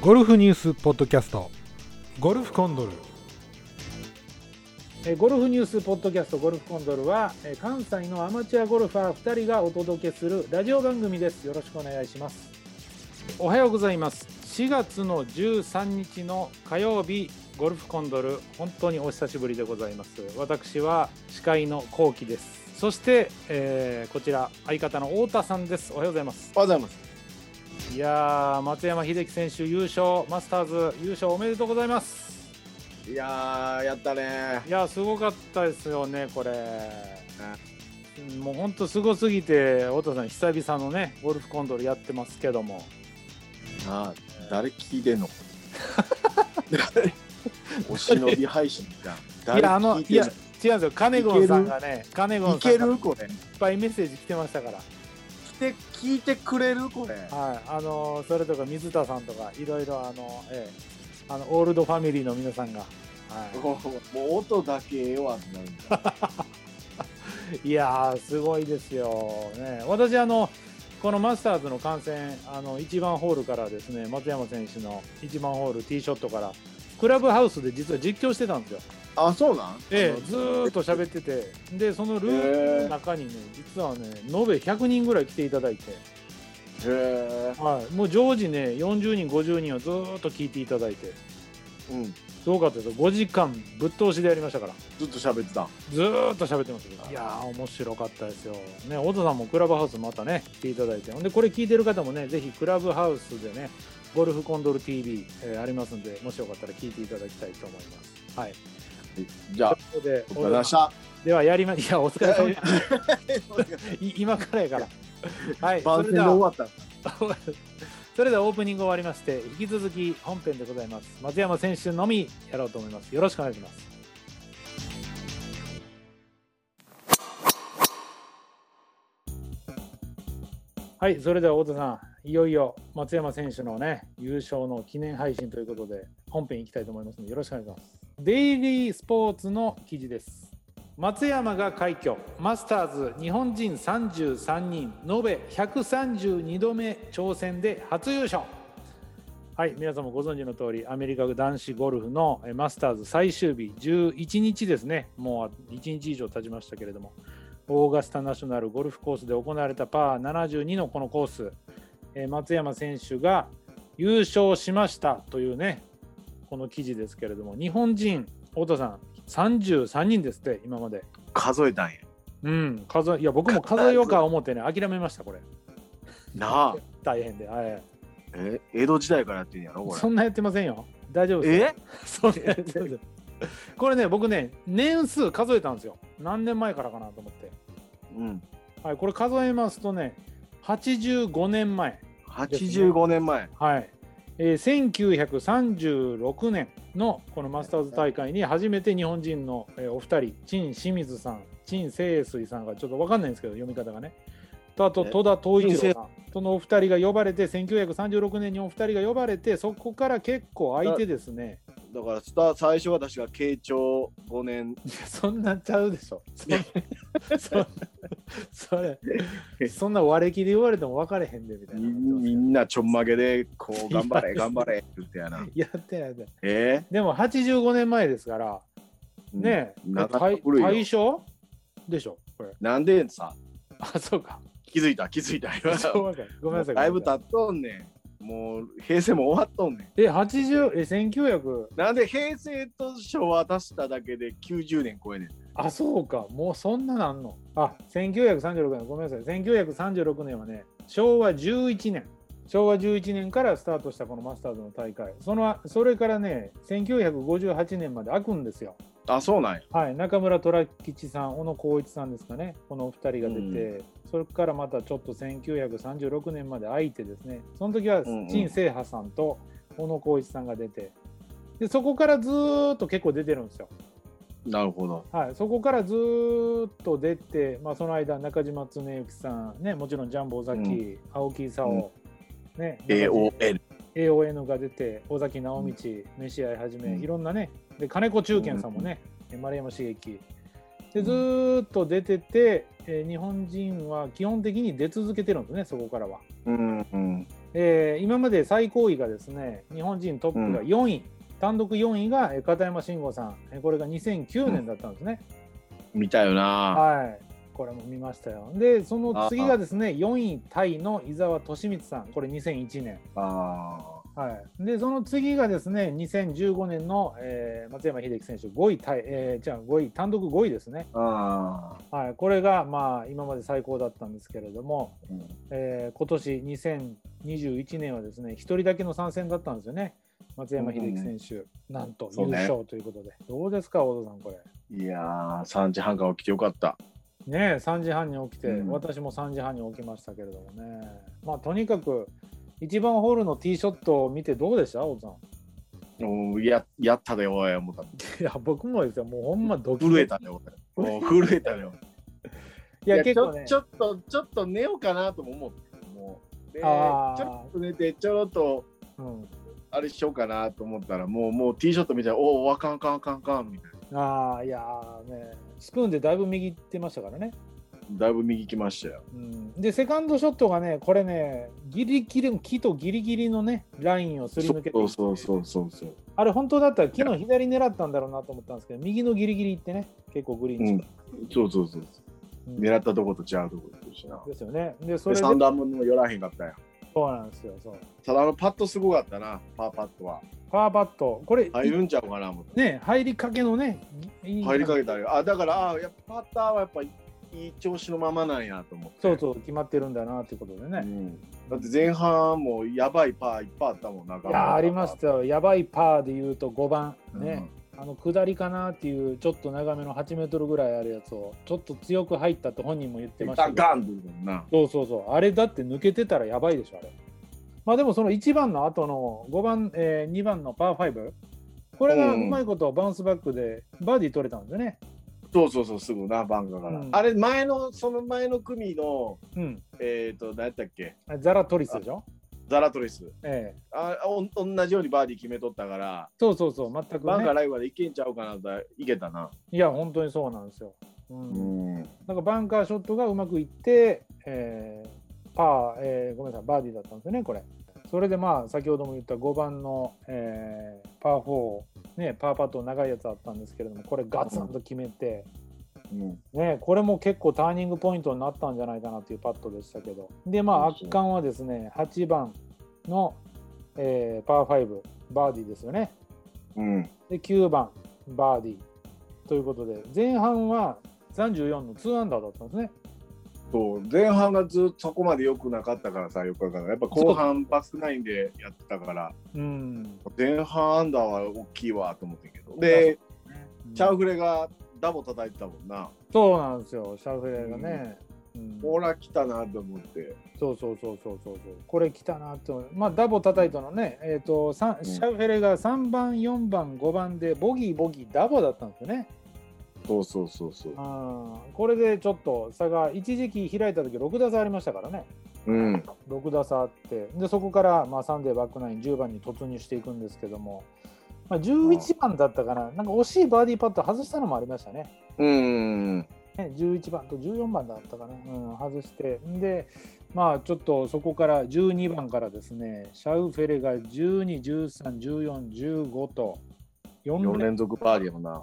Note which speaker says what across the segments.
Speaker 1: ゴルフニュースポッドキャストゴルフコンドル
Speaker 2: えーゴルフニュースポッドキャストゴルフコンドルは、えー関西のアマチュアゴルファー2人がお届けするラジオ番組ですよろしくお願いしますおはようございます4月の13日の火曜日ゴルフコンドル本当にお久しぶりでございます私は司会のコウキですそして、えーこちら相方の太田さんですおはようございます
Speaker 3: おはようございます。
Speaker 2: いやー松山英樹選手優勝マスターズ優勝おめでとうございます
Speaker 3: いやー、やったね
Speaker 2: いやすごかったですよねこれ、もう本当すごすぎて太田さん久々のねゴルフコンドルやってますけども
Speaker 3: あー誰聞いて んのお忍び配信じゃん。
Speaker 2: い
Speaker 3: 誰
Speaker 2: やあの
Speaker 3: 聞い
Speaker 2: い
Speaker 3: てん
Speaker 2: や違うんで
Speaker 3: の
Speaker 2: すよカネゴンさんがねカネゴ
Speaker 3: い
Speaker 2: ンさん
Speaker 3: け
Speaker 2: がい
Speaker 3: る
Speaker 2: っ
Speaker 3: これ。来
Speaker 2: ぱいメッセージ来てましたから
Speaker 3: て、聞いてくれるこれ。
Speaker 2: はいあのそれとか水田さんとかいろいろあの、ええ、あのオールドファミリーの皆さんが、は
Speaker 3: もうもう音だけええわってなるんだ。
Speaker 2: い、いやーすごいですよね私あのこのマスターズの観戦あの1番ホールからですね松山選手の1番ホールティーショットからクラブハウスで実は実況してたんですよ
Speaker 3: あ、そうなん
Speaker 2: え
Speaker 3: あ
Speaker 2: え、
Speaker 3: の
Speaker 2: ずーっと喋っててでそのルームの中にね実はね延べ100人ぐらい来ていただいて、
Speaker 3: へ
Speaker 2: はい、もう常時ね40人50人をずーっと聞いていただいて
Speaker 3: え。うん。
Speaker 2: すごかったですよ5時間ぶっ通しでやりましたから
Speaker 3: ずっと喋ってた。
Speaker 2: ずーっと喋ってますけどいやー面白かったですよね小田さんもクラブハウスまたね来ていただいてほんでこれ聞いてる方もねぜひクラブハウスでねゴルフコンドル TV、えーありますんでもしよかったら聞いていただきたいと思いますはい
Speaker 3: じゃあ、
Speaker 2: という
Speaker 3: お
Speaker 2: こ
Speaker 3: 疲
Speaker 2: と
Speaker 3: れ
Speaker 2: で
Speaker 3: 様でした。
Speaker 2: ではやりまいやお疲れ様です い今からやから。はい、そ
Speaker 3: 番
Speaker 2: れ
Speaker 3: 宣
Speaker 2: で
Speaker 3: で終
Speaker 2: は、
Speaker 3: わった。
Speaker 2: それではオープニング終わりまして、引き続き本編でございます。松山選手のみやろうと思います。よろしくお願いします。はい、それでは太田さん、いよいよ松山選手のね、優勝の記念配信ということで、本編いきたいと思いますので、よろしくお願いします。デイリースポーツの記事です。松山が快挙マスターズ日本人33人延べ132度目挑戦で初優勝はい皆さんもご存知の通りアメリカ男子ゴルフのえマスターズ最終日11日ですねもう1日以上経ちましたけれどもオーガスタナショナルゴルフコースで行われたパー72のこのコースえ松山選手が優勝しましたというねこの記事ですけれども日本人太田さん33人ですって今まで
Speaker 3: 数えたんや。
Speaker 2: うん数えいや僕も数えようか思ってね諦めましたこれ
Speaker 3: なあ。
Speaker 2: 大変で、はい、
Speaker 3: え、江戸時代からやってんやろこ
Speaker 2: そんなやってませんよ大丈夫です
Speaker 3: れ。え
Speaker 2: そんなやってませんこれね僕ね年数数えたんですよ何年前からかなと思って、
Speaker 3: うん。
Speaker 2: はい、これ数えますとね85年前
Speaker 3: 85年前。
Speaker 2: はい、えー1936年のこのマスターズ大会に初めて日本人の、えーお二人陳清水さん陳清水さんがちょっと分かんないんですけど読み方がねとあと
Speaker 3: え
Speaker 2: 戸田東一郎さんそのお二人が呼ばれて1936年にお二人が呼ばれてそこから結構空いてですね
Speaker 3: だからスター最初は確か慶長5年
Speaker 2: いやそんなんちゃうでしょそんなそんそれそんな割れ切り言われても分かれへんでみたい
Speaker 3: み
Speaker 2: な感
Speaker 3: ん
Speaker 2: じ
Speaker 3: み
Speaker 2: で
Speaker 3: んなちょんまげでこう
Speaker 2: いや
Speaker 3: 頑張 れ頑張れって言ってやな。
Speaker 2: やってないで
Speaker 3: え
Speaker 2: でも85年前ですから
Speaker 3: ー、
Speaker 2: ねえ、
Speaker 3: なかなか
Speaker 2: 対
Speaker 3: 古いよ
Speaker 2: 対象でしょ、これ。
Speaker 3: なんでさ
Speaker 2: あ、そうか。
Speaker 3: 気づいた気づいた 今
Speaker 2: そうかごめんなさい。
Speaker 3: だいぶ経
Speaker 2: た。
Speaker 3: っとんねん。もう平成も終わっとんね
Speaker 2: え、80、え、1900、
Speaker 3: ん。なんで平成と昭和足しただけで90年超えねん。
Speaker 2: あ、そうか、もうそんななんの。あ、1936年、ごめんなさい。1936年はね、昭和11年。昭和11年からスタートしたこのマスターズの大会。その、それからね、1958年まで開くんですよ。
Speaker 3: あそうなんや。
Speaker 2: はい、中村虎吉さん、小野光一さんですかね、このお二人が出て、それからまたちょっと1936年まで空いてですね、その時は
Speaker 3: んうん
Speaker 2: 陳清波さんと小野光一さんが出て、でそこからずーっと結構出てるんですよ。
Speaker 3: なるほど。
Speaker 2: はい、そこからずーっと出て、まあ、その間、中島恒之さん、ね、もちろんジャンボ尾崎、
Speaker 3: うん
Speaker 2: 青木功、ね、
Speaker 3: AON。
Speaker 2: AON が出て尾崎直道、メシアイはじめ、
Speaker 3: うん
Speaker 2: いろんなねで金子中堅さんもね、丸山茂樹でずーっと出てて、えー日本人は基本的に出続けてるんですねそこからは、
Speaker 3: うんうん。
Speaker 2: えー今まで最高位がですね日本人トップが4位、単独4位がえー片山慎吾さんえーこれが2009年だったんですね、
Speaker 3: 見たよな
Speaker 2: はいこれも見ましたよでその次がですね4位タイの伊沢利光さんこれ2001年、
Speaker 3: あ
Speaker 2: はい、でその次がですね2015年の、えー松山英樹選手5位タイ、えーじゃあ5位単独5位ですね、
Speaker 3: ーあ
Speaker 2: はい、これがまあ今まで最高だったんですけれども、
Speaker 3: ー、うん
Speaker 2: えー今年2021年はですね、1人だけの参戦だったんですよね、松山英樹選手、なんと
Speaker 3: そ
Speaker 2: 優
Speaker 3: うね
Speaker 2: 勝ということで、どうですか、大戸さん、これ。
Speaker 3: いやー、3時半から起きてよかった。
Speaker 2: ねえ、3時半に起きて、
Speaker 3: うん
Speaker 2: 私も3時半に起きましたけれどもね、まあ、とにかく1番ホールのティーショットを見て、どうでした、大戸
Speaker 3: おーややったで、おい、思った。
Speaker 2: さん。いや、僕もですよ、もうほんまドキド
Speaker 3: 震
Speaker 2: キ
Speaker 3: えたで、おい。おー震えたで、おい。
Speaker 2: いや、結構ね、
Speaker 3: ちょちょっと、ちょっと寝ようかなとも思って。もうでち
Speaker 2: あー
Speaker 3: ょっと寝て、ちょろっと、
Speaker 2: うん、
Speaker 3: あれしようかなと思ったら、もう、もう T ショット見たら、おお、あかんあかんあかんあかん、みたいな。
Speaker 2: ああ、いやーね、スプーンでだいぶ右行ってましたからね。
Speaker 3: だいぶ右来ましたよ。
Speaker 2: うんでセカンドショットがね、これね、ギリギリ、木とギリギリのね、ラインをすり抜けて、
Speaker 3: そうそうそうそうそう。
Speaker 2: あれ、本当だったら木の左狙ったんだろうなと思ったんですけど、右のギリギリ行ってね、結構グリーン近い、
Speaker 3: そうそうそうそう。
Speaker 2: うん
Speaker 3: 狙ったとこと違うとこ行ってるしな。
Speaker 2: ですよね。で、そ
Speaker 3: で、
Speaker 2: れで、
Speaker 3: 3段目にも寄らへんかったよ。
Speaker 2: そうなんですよ、そう。
Speaker 3: ただ、あのパットすごかったな、パーパットは。
Speaker 2: パーパット、これ、
Speaker 3: 入るんちゃうかな、思って。
Speaker 2: ね、入りかけのね、いい
Speaker 3: 入りかけたよ。あだからあやっぱパッターはやっぱいい調子のままなんやと思って。
Speaker 2: そうそう、決まってるんだなっていうことで
Speaker 3: う
Speaker 2: ね。
Speaker 3: んだって前半もやばいパーいっぱいあったもん中
Speaker 2: いやーありましたよ、やばいパーで言うと5番、ね。あの下りかなっていうちょっと長めの8メートルぐらいあるやつをちょっと強く入ったって本人も言って
Speaker 3: うん、
Speaker 2: ま
Speaker 3: 一
Speaker 2: した
Speaker 3: 旦
Speaker 2: けど
Speaker 3: ガンって言うもんな。
Speaker 2: そうそうそうあれだって抜けてたらやばいでしょあれまあでもその1番の後の5番、え2番のパー5これがう
Speaker 3: うん
Speaker 2: まいことバウンスバックでバーディー取れたんですよね
Speaker 3: そうそうそうすぐなバンカーから。
Speaker 2: うん
Speaker 3: あれ前のその前の組の
Speaker 2: うん
Speaker 3: えっ、と何やったっけ
Speaker 2: ザラトリスでしょ
Speaker 3: ザラトリス。
Speaker 2: ええ
Speaker 3: あおん同じようにバーディー決めとったから、
Speaker 2: そうそうそう全く
Speaker 3: バンカー
Speaker 2: ね
Speaker 3: ライブまでいけんちゃうかなといけたな。
Speaker 2: いや本当にそうなんですよ、うん
Speaker 3: うん。
Speaker 2: なんかバンカーショットがうまくいって、えーパー、えーごめんなさい、バーディーだったんですよね、これ。それでまあ、先ほども言った5番の、えーパー4、ね、パーパット長いやつあったんですけれども、これガツンと決めて、
Speaker 3: うん、
Speaker 2: ね、これも結構ターニングポイントになったんじゃないかなっていうパットでしたけど。で、まあ、圧巻はですね、8番の、えーパー5、バーディーですよね。
Speaker 3: うん、
Speaker 2: で、9番、バーディー。ということで、前半は34の2アンダーだったんですね。
Speaker 3: そう前半がずっとそこまで良くなかったからさ、よくわからないやっぱ後半バックナインでやってたから、
Speaker 2: うん。
Speaker 3: 前半アンダーは大きいわと思ってんけど。で、チャ
Speaker 2: う
Speaker 3: ウフレがダボ叩いてたもんな。
Speaker 2: そうなんですよシャウフレがね、うん
Speaker 3: ほら、来たなと思って。
Speaker 2: そうそうそうそうそうそうこれ来たなって思うまあダボ叩いたのねえっ、とさん
Speaker 3: ん
Speaker 2: シャウフェレが3番4番5番でボギーボギーダボだったんですよね
Speaker 3: そうそうそうそう。
Speaker 2: あーこれでちょっと差が一時期開いた時6打差ありましたからね
Speaker 3: うん。
Speaker 2: 6打差あってでそこからまあサンデーバックナイン10番に突入していくんですけども、まあ、11番だったかななんか惜しいバーディーパット外したのもありましたね
Speaker 3: うん。
Speaker 2: ね、11番と14番だったかな、うん、外して、で、まあ、ちょっとそこから12番からですね、シャウフェレが12、13、14、15と4
Speaker 3: 4
Speaker 2: 連
Speaker 3: 連続バーディーもな。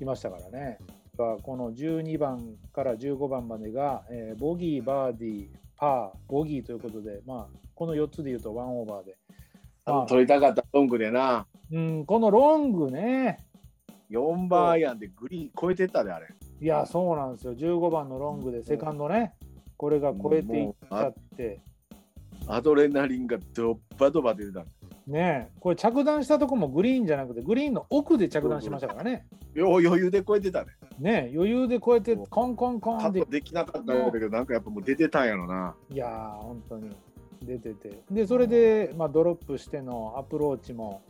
Speaker 2: いましたからね、がこの12番から15番までが、えーボギー、バーディー、パー、ボギーということで、まあ、この4つでいうと1オーバーで、まあ
Speaker 3: 取りたかったロングでな。
Speaker 2: うん、このロングね、
Speaker 3: 4番アイアンでグリーン越えてったで、あれ。
Speaker 2: いや、そうなんですよ、15番のロングで、セカンドね、これが超えていっちゃって。
Speaker 3: アドレナリンがドッバドバ出てた。
Speaker 2: ねえこれ着弾したとこもグリーンじゃなくてグリーンの奥で着弾しましたからね
Speaker 3: よう余裕で越えてたね。
Speaker 2: ねえ余裕でこうやってコンコンコ
Speaker 3: カ
Speaker 2: ンで
Speaker 3: ットできなかったんだけど、なんかやっぱもう出てたんやろな。
Speaker 2: いやー本当に出ててでそれで、まあ、ドロップしてのアプローチも、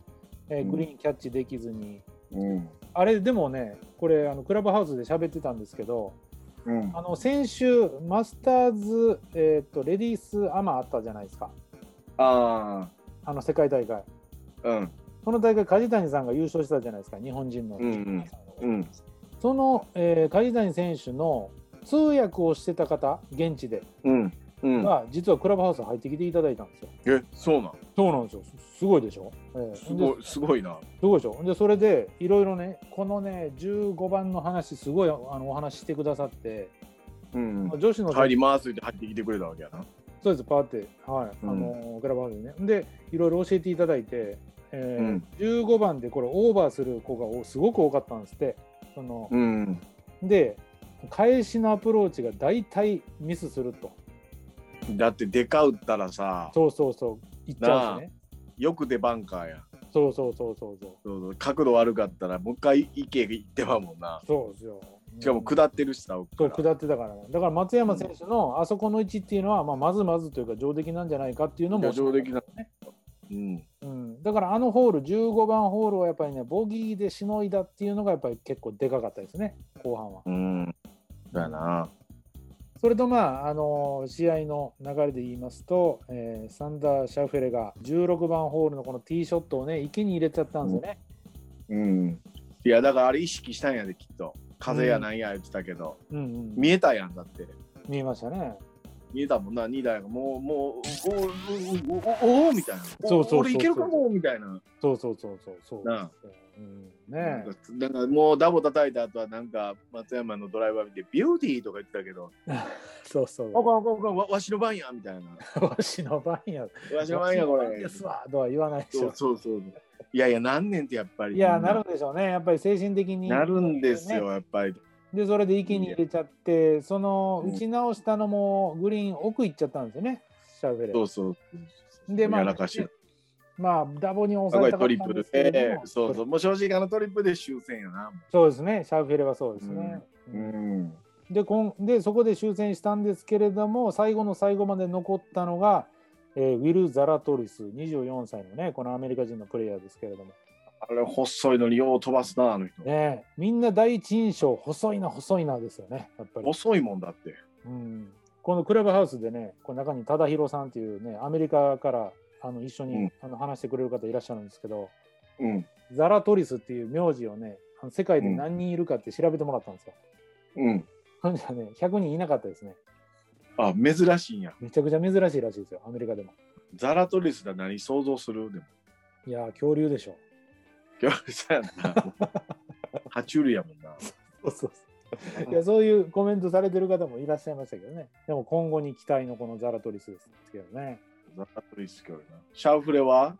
Speaker 2: えー
Speaker 3: うん
Speaker 2: グリーンキャッチできずに、
Speaker 3: うん。
Speaker 2: あれでもねこれあのクラブハウスで喋ってたんですけど
Speaker 3: うん
Speaker 2: あ。の先週マスターズ、えー、とレディースアマあったじゃないですか
Speaker 3: あ
Speaker 2: あの世界大会
Speaker 3: あ。うん。
Speaker 2: その大会梶谷さんが優勝したじゃないですか日本人の。
Speaker 3: うんうんうん。
Speaker 2: その、えー、梶谷選手の通訳をしてた方、現地で、
Speaker 3: うん。うん、
Speaker 2: が、実はクラブハウス入ってきていただいたんですよ。
Speaker 3: えそうなん
Speaker 2: そうなんですよ。すすごいでしょ。ええ
Speaker 3: す
Speaker 2: で
Speaker 3: ごいすごいな
Speaker 2: すごいでしょ。で、それで、いろいろね、このね、15番の話、すごいあのお話してくださって、
Speaker 3: うん
Speaker 2: 女子の
Speaker 3: 入りますって入ってきてくれたわけやな
Speaker 2: そうです、パーって、はい、
Speaker 3: うん
Speaker 2: あのクラブハウスにね。で、いろいろ教えていただいて、えー
Speaker 3: うん
Speaker 2: 15番でこれ、オーバーする子がおすごく多かったんですって。その
Speaker 3: うん
Speaker 2: で、返しのアプローチが大体ミスすると。
Speaker 3: だってでか打ったらさ
Speaker 2: そうそうそう、言っちゃうんですね。
Speaker 3: よくでバンカーや
Speaker 2: そうそうそうそうそう。
Speaker 3: そうそう角度悪かったらもう一回池行ってはもんな
Speaker 2: そうですよ。
Speaker 3: しかも下ってるしさ奥か
Speaker 2: そう
Speaker 3: ら
Speaker 2: 下ってたからね。だから松山選手のあそこの位置っていうのは、まあ、まずまずというか上出来なんじゃないかっていうのも
Speaker 3: 余剰できな
Speaker 2: ね
Speaker 3: うん
Speaker 2: うん、だからあのホール15番ホールはやっぱりねボギーでしのいだっていうのがやっぱり結構でかかったですね後半は。
Speaker 3: うんだよな
Speaker 2: それとまあ、あの試合の流れで言いますと、えーサンダー・シャフェレが16番ホールのこのティーショットをね池に入れちゃったんですよね。
Speaker 3: うんいやだからあれ意識したんやできっと風やなんや言ってたけど、
Speaker 2: うんうん、見
Speaker 3: 見えたやんだって
Speaker 2: えましたね。
Speaker 3: 見えたもんな2台がもうもうおーおーおーおーみたいな
Speaker 2: そうそうそうそう
Speaker 3: お俺いけるかもみたいな
Speaker 2: そうそうそうそうそう。
Speaker 3: な
Speaker 2: うん、
Speaker 3: な
Speaker 2: ね
Speaker 3: んかなんかもうダボ叩いた後はなんか松山のドライバー見てビューティーとか言ってたけど
Speaker 2: そうそう。
Speaker 3: あかんあかんあかんわわしの番やみたいな
Speaker 2: わしの番や。わ
Speaker 3: わしの番や
Speaker 2: し
Speaker 3: こ
Speaker 2: の番
Speaker 3: れ
Speaker 2: ですわとは言わないでし
Speaker 3: そう
Speaker 2: ょ。
Speaker 3: そうそういやいや何年ってやっぱり
Speaker 2: いや、なるんでしょうね。やっぱり精神的に。
Speaker 3: なるんです
Speaker 2: ね
Speaker 3: よやっぱり
Speaker 2: でそれで池に入れちゃってその打ち直したのもグリーン奥行っちゃったんですよねシャウフェレ
Speaker 3: そうそう
Speaker 2: でまあ
Speaker 3: やらかしい
Speaker 2: まあダボに
Speaker 3: やっ
Speaker 2: 抑
Speaker 3: ぱ
Speaker 2: え
Speaker 3: り
Speaker 2: たか
Speaker 3: ト
Speaker 2: ったんで
Speaker 3: リプル
Speaker 2: すけれど
Speaker 3: で
Speaker 2: も
Speaker 3: そうそうもう正直あのトリプルで終戦やな
Speaker 2: そうですねシャウフェレはそうですね、
Speaker 3: うん
Speaker 2: でこんでそこで終戦したんですけれども最後の最後まで残ったのが、えーウィル・ザラトリス24歳のねこのアメリカ人のプレイヤーですけれども
Speaker 3: あれ細いのによう飛ばすなあの人
Speaker 2: ねみんな第一印象細いな細いなですよねやっぱり
Speaker 3: 遅いもんだって
Speaker 2: うんこのクラブハウスでね、この中に忠宏さんっていうね、アメリカからあの一緒に、
Speaker 3: うん
Speaker 2: あの話してくれる方いらっしゃるんですけど、
Speaker 3: うん
Speaker 2: ザラトリスっていう名字をね、あの世界で何人いるかって調べてもらったんですよ。
Speaker 3: うん
Speaker 2: ほんじゃね、100人いなかったですね。
Speaker 3: あ珍しいんや
Speaker 2: めちゃくちゃ珍しいらしいですよ、アメリカでも。
Speaker 3: ザラトリスだ何想像するでも
Speaker 2: いやー、恐竜でしょ。
Speaker 3: 今日 さやな爬虫類やもんな
Speaker 2: そうそうそういやそういうコメントされてる方もいらっしゃいましたけどね。でも今後に期待のこのザラトリスですけどね。
Speaker 3: ザラトリス教なシャウフレは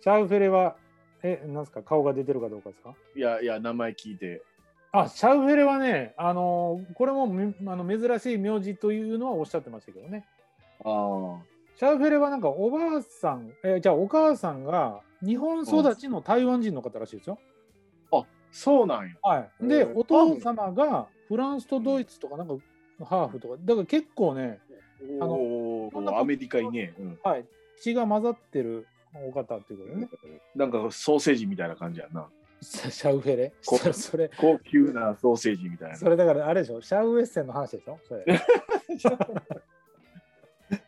Speaker 2: シャウフェレは、え、なんすか、顔が出てるかどうかですか
Speaker 3: いやいや名前聞いて
Speaker 2: あシャウフェレはね、あのーこれもめあの珍しい名字というのはおっしゃってましたけどね。
Speaker 3: ああ
Speaker 2: シャウフェレはなんかおばあさん、えーじゃあお母さんが日本育ちの台湾人の方らしいですよ。
Speaker 3: そうなんや
Speaker 2: はい、
Speaker 3: へ
Speaker 2: で、
Speaker 3: ー
Speaker 2: お父様がフランスとドイツとかなんかハーフとか、だから結構ね、あの
Speaker 3: お
Speaker 2: そんなこと
Speaker 3: おアメリカいね、うん
Speaker 2: はい、血が混ざってるお方っていうことでね。
Speaker 3: なんかソーセージみたいな感じやな
Speaker 2: シャウフェレ。
Speaker 3: こ
Speaker 2: それ、それ、
Speaker 3: 高級なソーセージみたいな
Speaker 2: それだからあれでしょ、シャウエッセンの話でしょ、そ れ。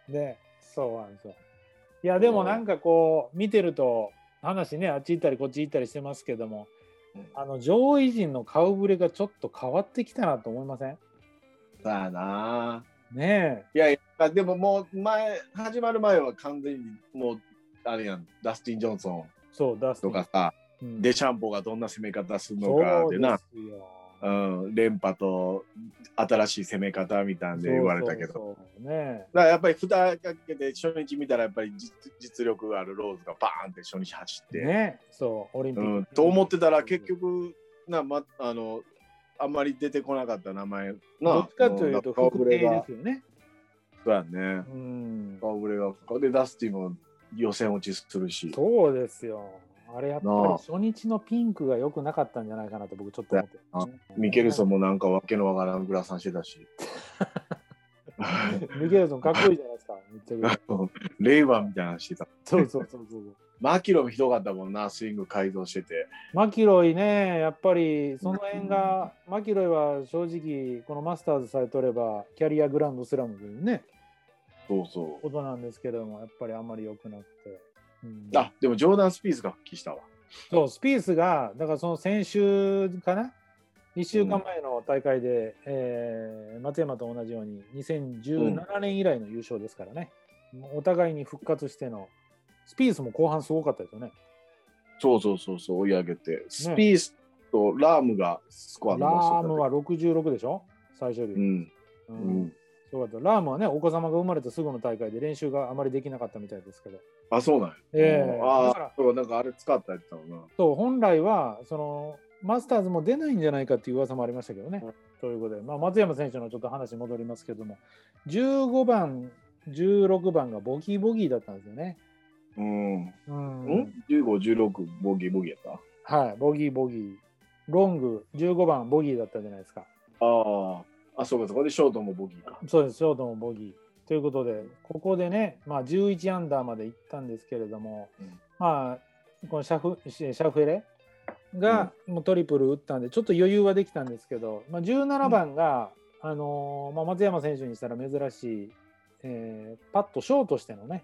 Speaker 2: ね、そうなんですよ。いや、でもなんかこう、見てると、話ね、あっち行ったりこっち行ったりしてますけども
Speaker 3: うん、
Speaker 2: あの上位陣の顔ぶれがちょっと変わってきたなと思いません
Speaker 3: だよな
Speaker 2: ね
Speaker 3: いやいやでももう前始まる前は完全にもうあれやんダスティン・ジョンソン
Speaker 2: え、そう、出す
Speaker 3: とかさ、
Speaker 2: うん
Speaker 3: デシャンボがどんな攻め方するのか
Speaker 2: そう
Speaker 3: で
Speaker 2: で
Speaker 3: な
Speaker 2: すよ。
Speaker 3: うん、連覇と新しい攻め方みたいなんで言われたけど。
Speaker 2: そうそうそうね
Speaker 3: だからやっぱり蓋かけて初日見たらやっぱり実実力があるローズがバーンって初日走って、
Speaker 2: ね、そう、オリンピ
Speaker 3: う
Speaker 2: ック。
Speaker 3: ん、と思ってたら結局な、ま、あのあんまり出てこなかった名前な
Speaker 2: どっちかというと、
Speaker 3: ん顔
Speaker 2: 不
Speaker 3: ぶ
Speaker 2: 定
Speaker 3: れ
Speaker 2: で
Speaker 3: が
Speaker 2: すよね。
Speaker 3: そうやね
Speaker 2: うん。
Speaker 3: 顔ぶれがでダスティも予選落ちするし
Speaker 2: そうですよ。あれやっぱり
Speaker 3: なあ
Speaker 2: 初日のピンクが良くなかったんじゃないかなと僕ちょっと思って。
Speaker 3: ミケルソ
Speaker 2: ン。
Speaker 3: ンもなんかわけのわからんグラサンしてたし
Speaker 2: ミケルソンかっこいいじゃないですか。めっちゃ くちゃ
Speaker 3: レイバンみたいなのしてた
Speaker 2: そうそうそうそう。
Speaker 3: マキロもひどかったもんなスイング改造してて
Speaker 2: マキロイね、やっぱりその辺が、マキロイは正直、このマスターズさえ取れば、キャリアグランドスラムというね、
Speaker 3: そうそう
Speaker 2: ことなんですけれども、やっぱりあんまり良くなくて。うん
Speaker 3: あでもジョーダン・スピースが復帰したわ
Speaker 2: そう、スピースが、だからその先週かな、 2週間前の大会で、えー松山と同じように2017年以来の優勝ですからね、お互いに復活してのスピースも後半すごかったですよね。
Speaker 3: そうそうそうそう、追い上げて、スピースとラームがスコア伸ばしてた
Speaker 2: ラー
Speaker 3: ね
Speaker 2: ムは66でしょ、最終日。
Speaker 3: うん、
Speaker 2: う
Speaker 3: うんん。
Speaker 2: そうだったラームはね、お子様が生まれてすぐの大会で練習があまりできなかったみたいですけど、
Speaker 3: あ、そうなんや。
Speaker 2: ええだか
Speaker 3: あ
Speaker 2: ら
Speaker 3: あ、そうなんかあれ使ったやつだろ
Speaker 2: そう本来はそのマスターズも出ないんじゃないかっていう噂もありましたけどね。
Speaker 3: うん
Speaker 2: ということで、まあ、松山選手のちょっと話に戻りますけども、15番、16番がボギーボギーだったんですよね。
Speaker 3: うな。うん。
Speaker 2: うん
Speaker 3: ん ?15、16、ボギー、ボギーやった
Speaker 2: はい、ボギーボギー。ロング、15番ボギーだったじゃないですか。
Speaker 3: ああ、あ、そうか、そこでショートもボギーか。
Speaker 2: そうです、ショートもボギー。ということで、ここでね、まあ、11アンダーまで行ったんですけれども、
Speaker 3: うん
Speaker 2: まあ、このシャフシャフエレがもうトリプル打ったんで、ちょっと余裕はできたんですけど、まあ、17番が、あのーまあ、松山選手にしたら珍しい、えーパット、ショートしてのね、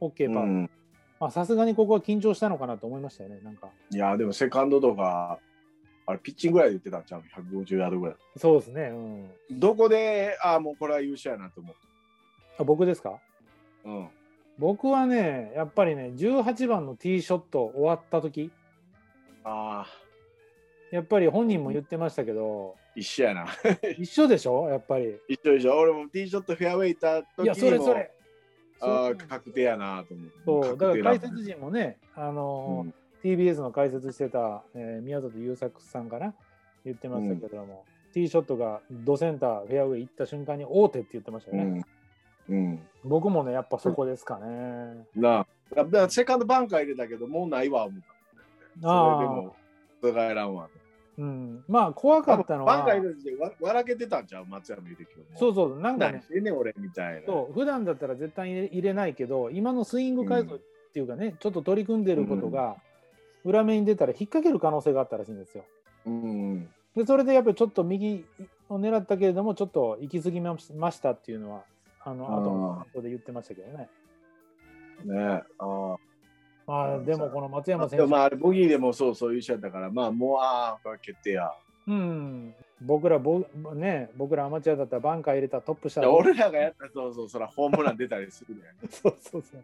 Speaker 2: OK パ
Speaker 3: う
Speaker 2: ット
Speaker 3: ん
Speaker 2: まあさすがにここは緊張したのかなと思いましたよね、なんか。
Speaker 3: いや、でもセカンドとか、あれ、ピッチングぐらいで言ってたんちゃう ?150 ヤードぐらい。
Speaker 2: そうですね、うん。
Speaker 3: どこで、ああ、もうこれは優勝やなと思
Speaker 2: あ僕ですか
Speaker 3: う。うん。
Speaker 2: 僕はね、やっぱりね、18番のティーショット終わった時
Speaker 3: ああ、
Speaker 2: やっぱり本人も言ってましたけど、
Speaker 3: 一緒やな。
Speaker 2: 一緒でしょ、やっぱり。
Speaker 3: 一緒でしょ。俺もティーショットフェアウェイ行った時にも
Speaker 2: いや、それそれ。
Speaker 3: あ
Speaker 2: そ
Speaker 3: あ、
Speaker 2: う
Speaker 3: 確定やなと思う。
Speaker 2: そうだから解
Speaker 3: 確定
Speaker 2: 説
Speaker 3: な
Speaker 2: 陣もね、あ
Speaker 3: う
Speaker 2: の
Speaker 3: ん
Speaker 2: ー TBS の解説してた、えー宮里優作さんかな、言ってましたけども、ティーショットがドセンター、フェアウェイ行った瞬間に大手って言ってましたよね。
Speaker 3: うん。
Speaker 2: 僕もね、やっぱそこですかね。
Speaker 3: うん。なあ。だからセカンドバンカー入れたけど、もうないわ、思った。
Speaker 2: ああ
Speaker 3: それでも、お互いらんわ。
Speaker 2: うん、まあ、怖かったの
Speaker 3: バ
Speaker 2: は
Speaker 3: ンカー、入れた時わ笑けてたんちゃう松山英樹も。。
Speaker 2: そううそう、なんか
Speaker 3: 何
Speaker 2: ね
Speaker 3: し、てんねん俺みたいな。
Speaker 2: そう普段だったら絶対入れ入れないけど今のスイング改造っていうかね、ちょっと取り組んでることが裏目に出たら引っ掛ける可能性があったらしいんですよ。
Speaker 3: うん。
Speaker 2: でそれでやっぱりちょっと右を狙ったけれどもちょっと行き過ぎましましたっていうのはあの
Speaker 3: あー
Speaker 2: 後の感想で言ってましたけどね。
Speaker 3: ねえああ。
Speaker 2: まあ
Speaker 3: うん
Speaker 2: でもこの松山選
Speaker 3: で
Speaker 2: 手、
Speaker 3: もまあ、あれボギーでもそうそう優勝やったから、まあ、もう、ああ、これ決定や。
Speaker 2: うん僕らボね僕らアマチュアだったらバンカー入れたトップ下
Speaker 3: いや俺らがやったら、そうそう、そらホームラン出たりする ね。
Speaker 2: そうそうそう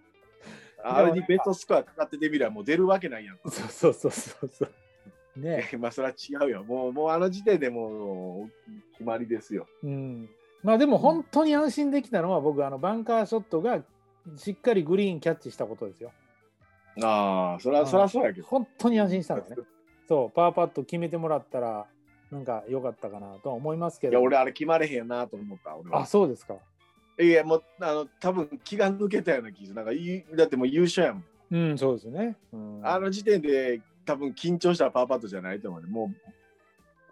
Speaker 3: あれにベストスコアかかっててみりゃ、もう出るわけないやん。
Speaker 2: そうそうそうそうそうね。
Speaker 3: まあそれは違うよ。もう、もうあの時点でもう決まりですよ。
Speaker 2: うん、まあでも本当に安心できたのは僕あのバンカーショットがしっかりグリーンキャッチしたことですよ。
Speaker 3: ああ、それは、それはそうやけど。
Speaker 2: 本当に安心したのね。そうパーパット決めてもらったらなんか良かったかなとは思いますけ
Speaker 3: い
Speaker 2: ど。
Speaker 3: や、俺あれ決まれへんよなと思った。俺
Speaker 2: あ
Speaker 3: は。
Speaker 2: そうですか。
Speaker 3: いや、もう、あの、多分気が抜けたような気がする。なんかい、だってもう優勝やもん。
Speaker 2: うんそうですね。うん、
Speaker 3: あの時点で、多分緊張したパーパットじゃないと思うね。も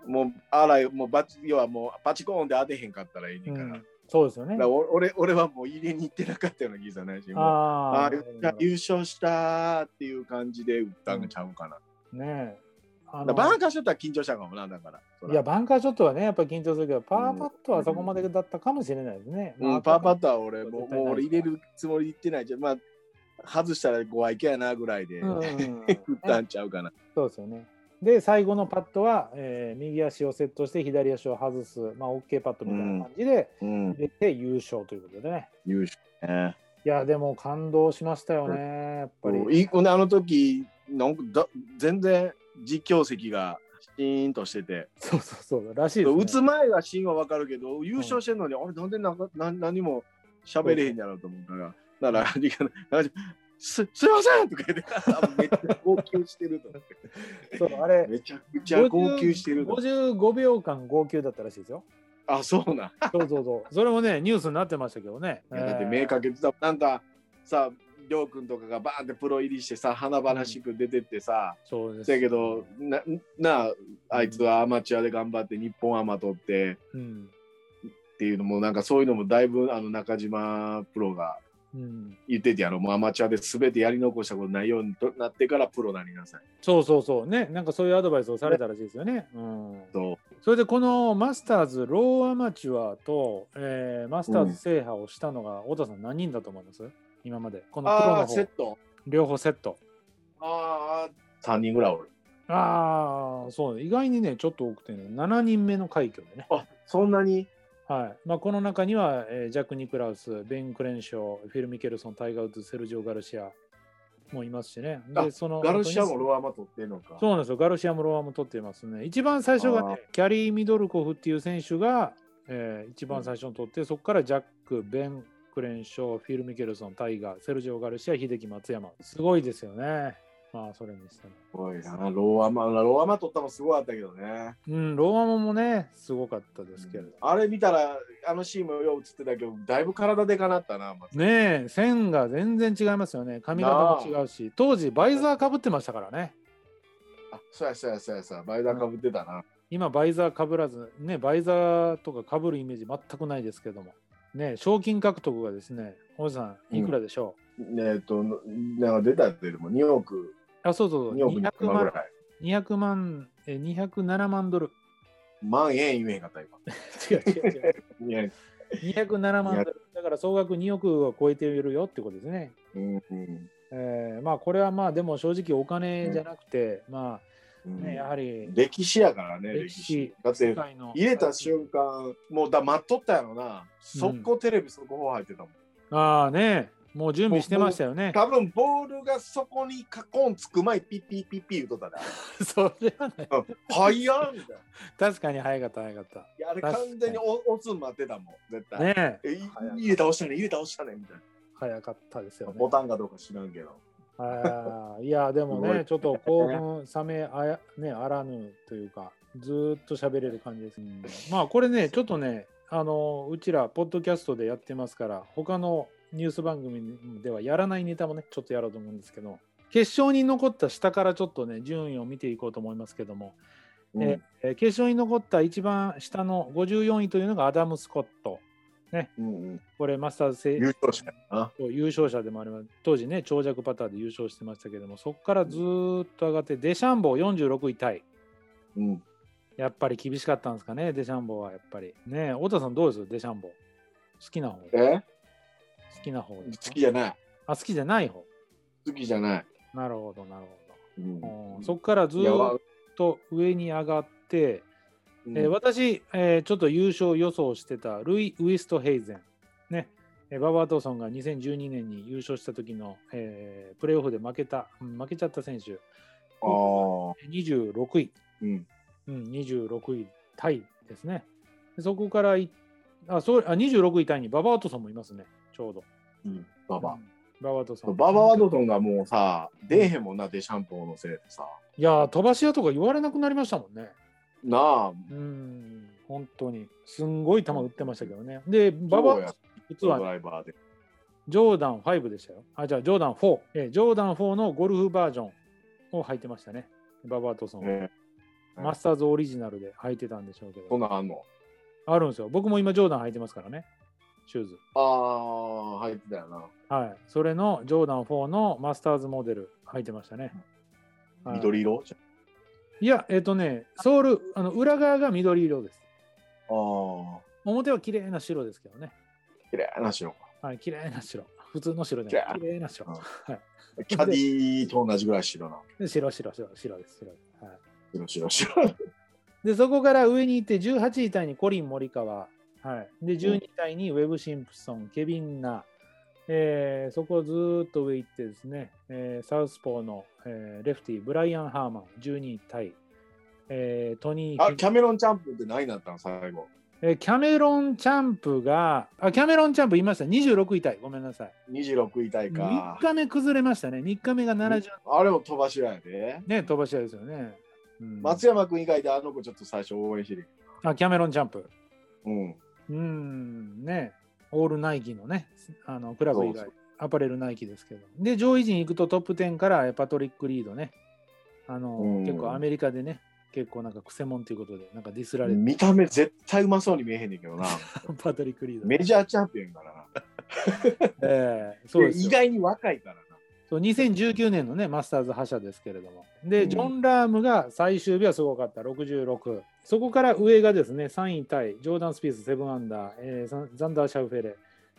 Speaker 3: う、もう、あら、もうバチ、要はもう、パチコーンで当てへんかったらいいね
Speaker 2: うん
Speaker 3: から。
Speaker 2: ん
Speaker 3: だか、
Speaker 2: そうですよね
Speaker 3: ら。お俺、俺はもう入れに行ってなかったような気がするないし。もう
Speaker 2: あ
Speaker 3: ああ、優勝したっていう感じで打ったんちゃうかな。
Speaker 2: あねえ。あ
Speaker 3: だ
Speaker 2: の
Speaker 3: からバンカーショットは緊張したかもな、だから。そら
Speaker 2: いやバンカーショットはねやっぱ緊張するけどパーパットはそこまでだったかもしれないですね。
Speaker 3: う
Speaker 2: まあ
Speaker 3: ん、パーパットは俺、も
Speaker 2: 絶
Speaker 3: う
Speaker 2: 対ない
Speaker 3: もう俺入れるつもりでいってないじゃん。まあ、外したらご愛嬌やなぐらいで、
Speaker 2: うんうん
Speaker 3: 打
Speaker 2: うん
Speaker 3: ったんちゃうかな。
Speaker 2: そうですよね。で、最後のパットは、えー右足をセットして左足を外す、まあ、OK パットみたいな感じで
Speaker 3: うん、
Speaker 2: 入れて優勝ということでね。
Speaker 3: 優勝ね。
Speaker 2: いや、でも感動しましたよね、やっぱ
Speaker 3: うん
Speaker 2: り。
Speaker 3: いいほんであの時なんかだ全然実況席がシーンとしてて、
Speaker 2: そうそうそう、らしいです、ね。
Speaker 3: 打つ前はシーンは分かるけど、優勝してるのに、あれ、なんでなんかな何も喋れへんやろうと思うから、なら、リカなんかすすいませんとか言って、あめっちゃ号泣してると思って。
Speaker 2: そうあれ、
Speaker 3: めちゃくちゃ号泣してると思って。
Speaker 2: 50 55秒間号泣だったらしいですよ。
Speaker 3: あ、そうなん。
Speaker 2: そうそう そう。それもね、ニュースになってましたけどね。
Speaker 3: いやだって
Speaker 2: えー
Speaker 3: 目かけてた、なんかさ、りょうくんとかがバーンってプロ入りしてさ、華々しく出てってさ、
Speaker 2: そうです。
Speaker 3: だけど、な、なあ、あいつはアマチュアで頑張って日本アマ取って
Speaker 2: うん。
Speaker 3: っていうのも、なんかそういうのもだいぶあの中島プロが
Speaker 2: うん、
Speaker 3: 言っててやろ、もうアマチュアで全てやり残したことないようになってからプロになりなさい。
Speaker 2: そうそうそうねなんかそういうアドバイスをされたらしいですよね。うん、
Speaker 3: と
Speaker 2: それでこのマスターズ、ローアマチュアと、えーマスターズ制覇をしたのが、太田さん何人だと思います今まで。このプロ
Speaker 3: あ
Speaker 2: の
Speaker 3: あ、セ
Speaker 2: 方
Speaker 3: ッ、ト。
Speaker 2: 両方セット。
Speaker 3: ああ、3人ぐらいおる。
Speaker 2: ああ、そうね。意外にね、ちょっと多くてね、7人目の快挙でね。
Speaker 3: あそんなに
Speaker 2: はいまあ、この中には、えージャック・ニクラウス、ベン・クレンショー、フィル・ミケルソン、タイガー・ウッズ、セルジオ・ガルシアもいますしね。
Speaker 3: あ
Speaker 2: でその
Speaker 3: ガルシア
Speaker 2: 後
Speaker 3: も
Speaker 2: に
Speaker 3: ロアマ取ってんのか。
Speaker 2: そうなんですよ、ガルシアもロアも取っていますね。一番最初が、
Speaker 3: あ
Speaker 2: ね、キャリー・ミドルコフっていう選手が、えー一番最初に取って、そこからジャック、ベン・クレンショー、フィル・ミケルソン、タイガー、セルジオ・ガルシア、秀樹、松山。すごいですよね。まあ、それにしても。
Speaker 3: すごいな。ロアマ、ロアマ取ったのすごかったけどね。
Speaker 2: うん、ロアマもね、すごかったですけれど。
Speaker 3: あれ見たら、あのシーンもよう映ってたけど、だいぶ体でかなったな。まず
Speaker 2: ねえ線が全然違いますよね髪型も違うし当時バイザーかぶってましたからね
Speaker 3: あ、そうやそうやそうやそうや、バイダーかぶってたな。
Speaker 2: 今バイザーかぶらずねバイザーとかかぶるイメージ全くないですけどもねえ賞金獲得がですねおじさんいくらでしょ
Speaker 3: ねえっと、なんか出たってよりも2億、
Speaker 2: う、あそうそう
Speaker 3: 2
Speaker 2: そう
Speaker 3: 億200
Speaker 2: 200
Speaker 3: 万ぐら
Speaker 2: 万
Speaker 3: い。
Speaker 2: 200万え207万ドル
Speaker 3: 万円言えへんかった今。
Speaker 2: 違う違う違う
Speaker 3: いや
Speaker 2: 207万ドルだから総額2億を超えているよってことですね
Speaker 3: うんうん
Speaker 2: えーまあこれはまあでも正直お金じゃなくて、まあ
Speaker 3: うん
Speaker 2: ねやはり
Speaker 3: 歴史やからね、
Speaker 2: 歴
Speaker 3: 歴
Speaker 2: 史
Speaker 3: 史。だって
Speaker 2: 世界の
Speaker 3: 入れた瞬間、もうだ待っとったやろな。速攻テレビ、速報入ってたもん。
Speaker 2: ああね、もう準備してましたよね。
Speaker 3: 多分ボールがそこにカコンつく前ピッピッピッピッ言うとったら
Speaker 2: それはね、
Speaker 3: 早っみたいな
Speaker 2: 確かに早かった早かっ
Speaker 3: いやあれ
Speaker 2: 確かに
Speaker 3: 完全にお押すん待ってたもん絶
Speaker 2: た。
Speaker 3: 対、
Speaker 2: ねえ、
Speaker 3: えい入れ倒したね入れ倒したねみたい
Speaker 2: 早かったですよ
Speaker 3: な
Speaker 2: ね
Speaker 3: ボ。タンかどうか知らんけど
Speaker 2: あーいや、でも
Speaker 3: すご
Speaker 2: ね、
Speaker 3: い
Speaker 2: ちょっと興奮冷めあや、ね、あらぬというか、ずーっと喋れる感じです、うんまあこれね、ちょっとね、あのうちら、ポッドキャストでやってますから、他のニュース番組ではやらないネタもね、ちょっとやろうと思うんですけど、決勝に残った下からちょっとね、順位を見ていこうと思いますけども、ええー決勝に残った一番下の54位というのがアダム・スコット。
Speaker 3: うんうんうん
Speaker 2: これマスターズ
Speaker 3: 優
Speaker 2: 制
Speaker 3: 勝したよな
Speaker 2: 優勝者でもあります。当時ね、長尺パターで優勝してましたけども、そこからずーっと上がって、デシャンボー46位タイ。
Speaker 3: うん
Speaker 2: やっぱり厳しかったんですかね、デシャンボーはやっぱり。ねえ、太田さんどうですデシャンボー。好きな方好
Speaker 3: え
Speaker 2: きな方ですか
Speaker 3: 好きじゃない
Speaker 2: あ、好きじゃない方。
Speaker 3: 好きじゃない、
Speaker 2: なるほど、なる
Speaker 3: う
Speaker 2: ほど。うん
Speaker 3: ん
Speaker 2: そこからず
Speaker 3: いや
Speaker 2: ー
Speaker 3: わ
Speaker 2: っと上に上がって、
Speaker 3: うん
Speaker 2: えー私、えーちょっと優勝予想してたルイ・ウィストヘイゼン、ねえーババア・トーソンが2012年に優勝した時の、えープレーオフで負けた、うん負けちゃった選手、
Speaker 3: あー
Speaker 2: 26位、
Speaker 3: うん
Speaker 2: うん、26位タイですね。でそこからいあそうあ、26位タイにババア・トーソンもいますね、ちょうど。
Speaker 3: うんババ
Speaker 2: うんババア・トーソン。
Speaker 3: ババワドトンがもうさ出えへんもんなデシャンプーのせいでさ
Speaker 2: いやー、飛ばし屋とか言われなくなりましたもんね。
Speaker 3: なあ
Speaker 2: うん、本当に。すんごい球打ってましたけどね。で、ババ
Speaker 3: そ
Speaker 2: ア
Speaker 3: うや
Speaker 2: 実は
Speaker 3: ドライバーで
Speaker 2: ジョーダン5でしたよ。あ、じゃあ、ジョーダン4。えージョーダン4のゴルフバージョンを履いてましたね。ババアトソンは、
Speaker 3: ねえ
Speaker 2: マスターズオリジナルで履いてたんでしょうけ
Speaker 3: そん
Speaker 2: ど。
Speaker 3: なんあんの
Speaker 2: あるんですよ。僕も今、ジョーダン履いてますからね。シューズ。
Speaker 3: ああ入ってたよな
Speaker 2: はい。それのジョーダン4のマスターズモデル履いてましたね。はい
Speaker 3: 緑色じ
Speaker 2: いや、えっ、とね、ソール、あの裏側が緑色です。
Speaker 3: ゃん。ああ。
Speaker 2: 表は綺麗な白ですけどね。
Speaker 3: 綺麗な 白。
Speaker 2: はい、綺麗な白。普通の白じゃない。綺麗な白。
Speaker 3: うん
Speaker 2: はい
Speaker 3: キャディーと同じぐらい白な。
Speaker 2: で。白、白、白、白です。白です。はい。
Speaker 3: 白白白。
Speaker 2: で、そこから上に行って、18位タイにコリン・モリカワ。はい。で、12位タイにウェブ・シンプソン、ケビン・ナー。えーそこをずーっと上行ってですね、えーサウスポーの、えーレフティー、ブライアン・ハーマン、12位タイ。えートニー・
Speaker 3: あ
Speaker 2: ヒン
Speaker 3: キャメロンチャンプって何になったの最後。
Speaker 2: えーキャメロン・チャンプが、あ、キャメロン・チャンプいました。26位タイ。ごめんなさい。
Speaker 3: 26位タイ
Speaker 2: 3
Speaker 3: か。
Speaker 2: 日目崩れましたね。3日目が70、
Speaker 3: あれも飛ばしやで。
Speaker 2: ね、飛ばし屋ですよね。うん
Speaker 3: 松山君以外であの子ちょっと最初応援してる。
Speaker 2: あ、キャメロン・チャンプ。
Speaker 3: うん。
Speaker 2: うーん、ね、オールナイキのね、あのクラブ以
Speaker 3: そう
Speaker 2: 外
Speaker 3: そ、
Speaker 2: アパレルナイキですけど。で、上位陣行くとトップ10からえパトリック・リードね、あの、
Speaker 3: うん
Speaker 2: 結構アメリカでね、結構なんかクセモンということで、なんかディスられて、
Speaker 3: 見た目絶対うまそうに見えへんねん けどな。
Speaker 2: パトリック・リード。
Speaker 3: メジャーチャンピオンからな。
Speaker 2: ええそうです
Speaker 3: 意
Speaker 2: よ
Speaker 3: 外に若いからな。
Speaker 2: そう。2019年のね、マスターズ覇者ですけれども。で、
Speaker 3: うん
Speaker 2: ジョン・ラームが最終日はすごかった、66。そこから上がですね、3位タイ、ジョーダン・スピース7アンダー、えーザンザンダー・シャウフェレ、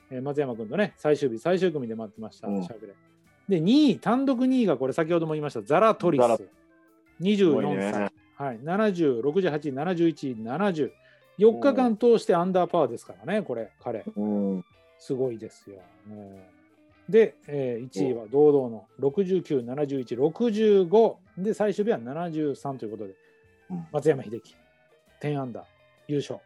Speaker 2: えー松山君とね、最終日、最終組で待ってました、
Speaker 3: うん
Speaker 2: シャウフェレ。で、2位、単独2位がこれ、先ほども言いました、ザラトリ
Speaker 3: ザラ
Speaker 2: ス。
Speaker 3: すごい
Speaker 2: 24
Speaker 3: ね
Speaker 2: 歳、はい、70、68、71、70、4日間通してアンダーパーですからね、これ、彼、
Speaker 3: うん。
Speaker 2: すごいですよ。うんで、え1位は堂々の69、71、65で、最終日は73ということで
Speaker 3: うん、
Speaker 2: 松山英樹、10アンダー、優勝、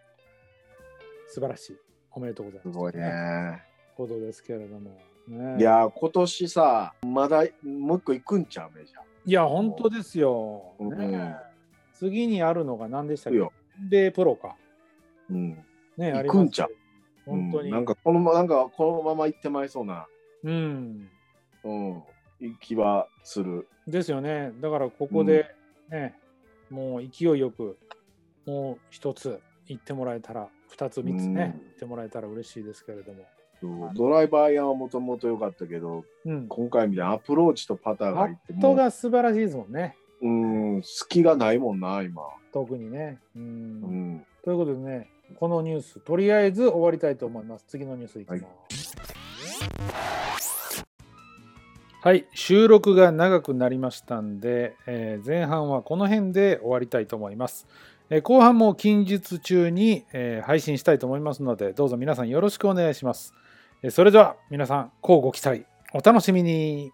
Speaker 2: 素晴らしい、おめでとうござい
Speaker 3: す
Speaker 2: ます。
Speaker 3: ごいね。
Speaker 2: ことですけれども、ね
Speaker 3: いやー、今年さ、まだもう一個行くんちゃうメジャー。
Speaker 2: いや、本当ですよ、
Speaker 3: うん
Speaker 2: ね次にあるのが何でしたっ
Speaker 3: 行く
Speaker 2: け
Speaker 3: よ
Speaker 2: で、プロか。
Speaker 3: うん。
Speaker 2: ね、
Speaker 3: 行く
Speaker 2: あります
Speaker 3: んちゃう
Speaker 2: 本当
Speaker 3: う
Speaker 2: に。
Speaker 3: んなんかこのまなんかこのまま行ってまいそうな、
Speaker 2: うん。
Speaker 3: うん、気はする。
Speaker 2: ですよね。だから、ここで、ね、もう勢いよく、もう一つ行ってもらえたら、二つ、三つね、
Speaker 3: うん
Speaker 2: 行ってもらえたら嬉しいですけれども。
Speaker 3: ドライバーやはもともと良かったけど、
Speaker 2: うん。
Speaker 3: 今回みたいなアプローチとパターが
Speaker 2: パ
Speaker 3: 入
Speaker 2: ッ
Speaker 3: って
Speaker 2: ト
Speaker 3: もう、
Speaker 2: が素晴らしいですもんね、
Speaker 3: うん、隙がないもんな、今。
Speaker 2: 特にね。う。
Speaker 3: うんん。
Speaker 2: ということでね、このニュース、とりあえず終わりたいと思います。次のニュースいきます。はい、収録が長くなりましたんで、えー前半はこの辺で終わりたいと思います。えー後半も近日中に、えー配信したいと思いますので、どうぞ皆さんよろしくお願いします。えーそれでは皆さん、乞うご期待、お楽しみに。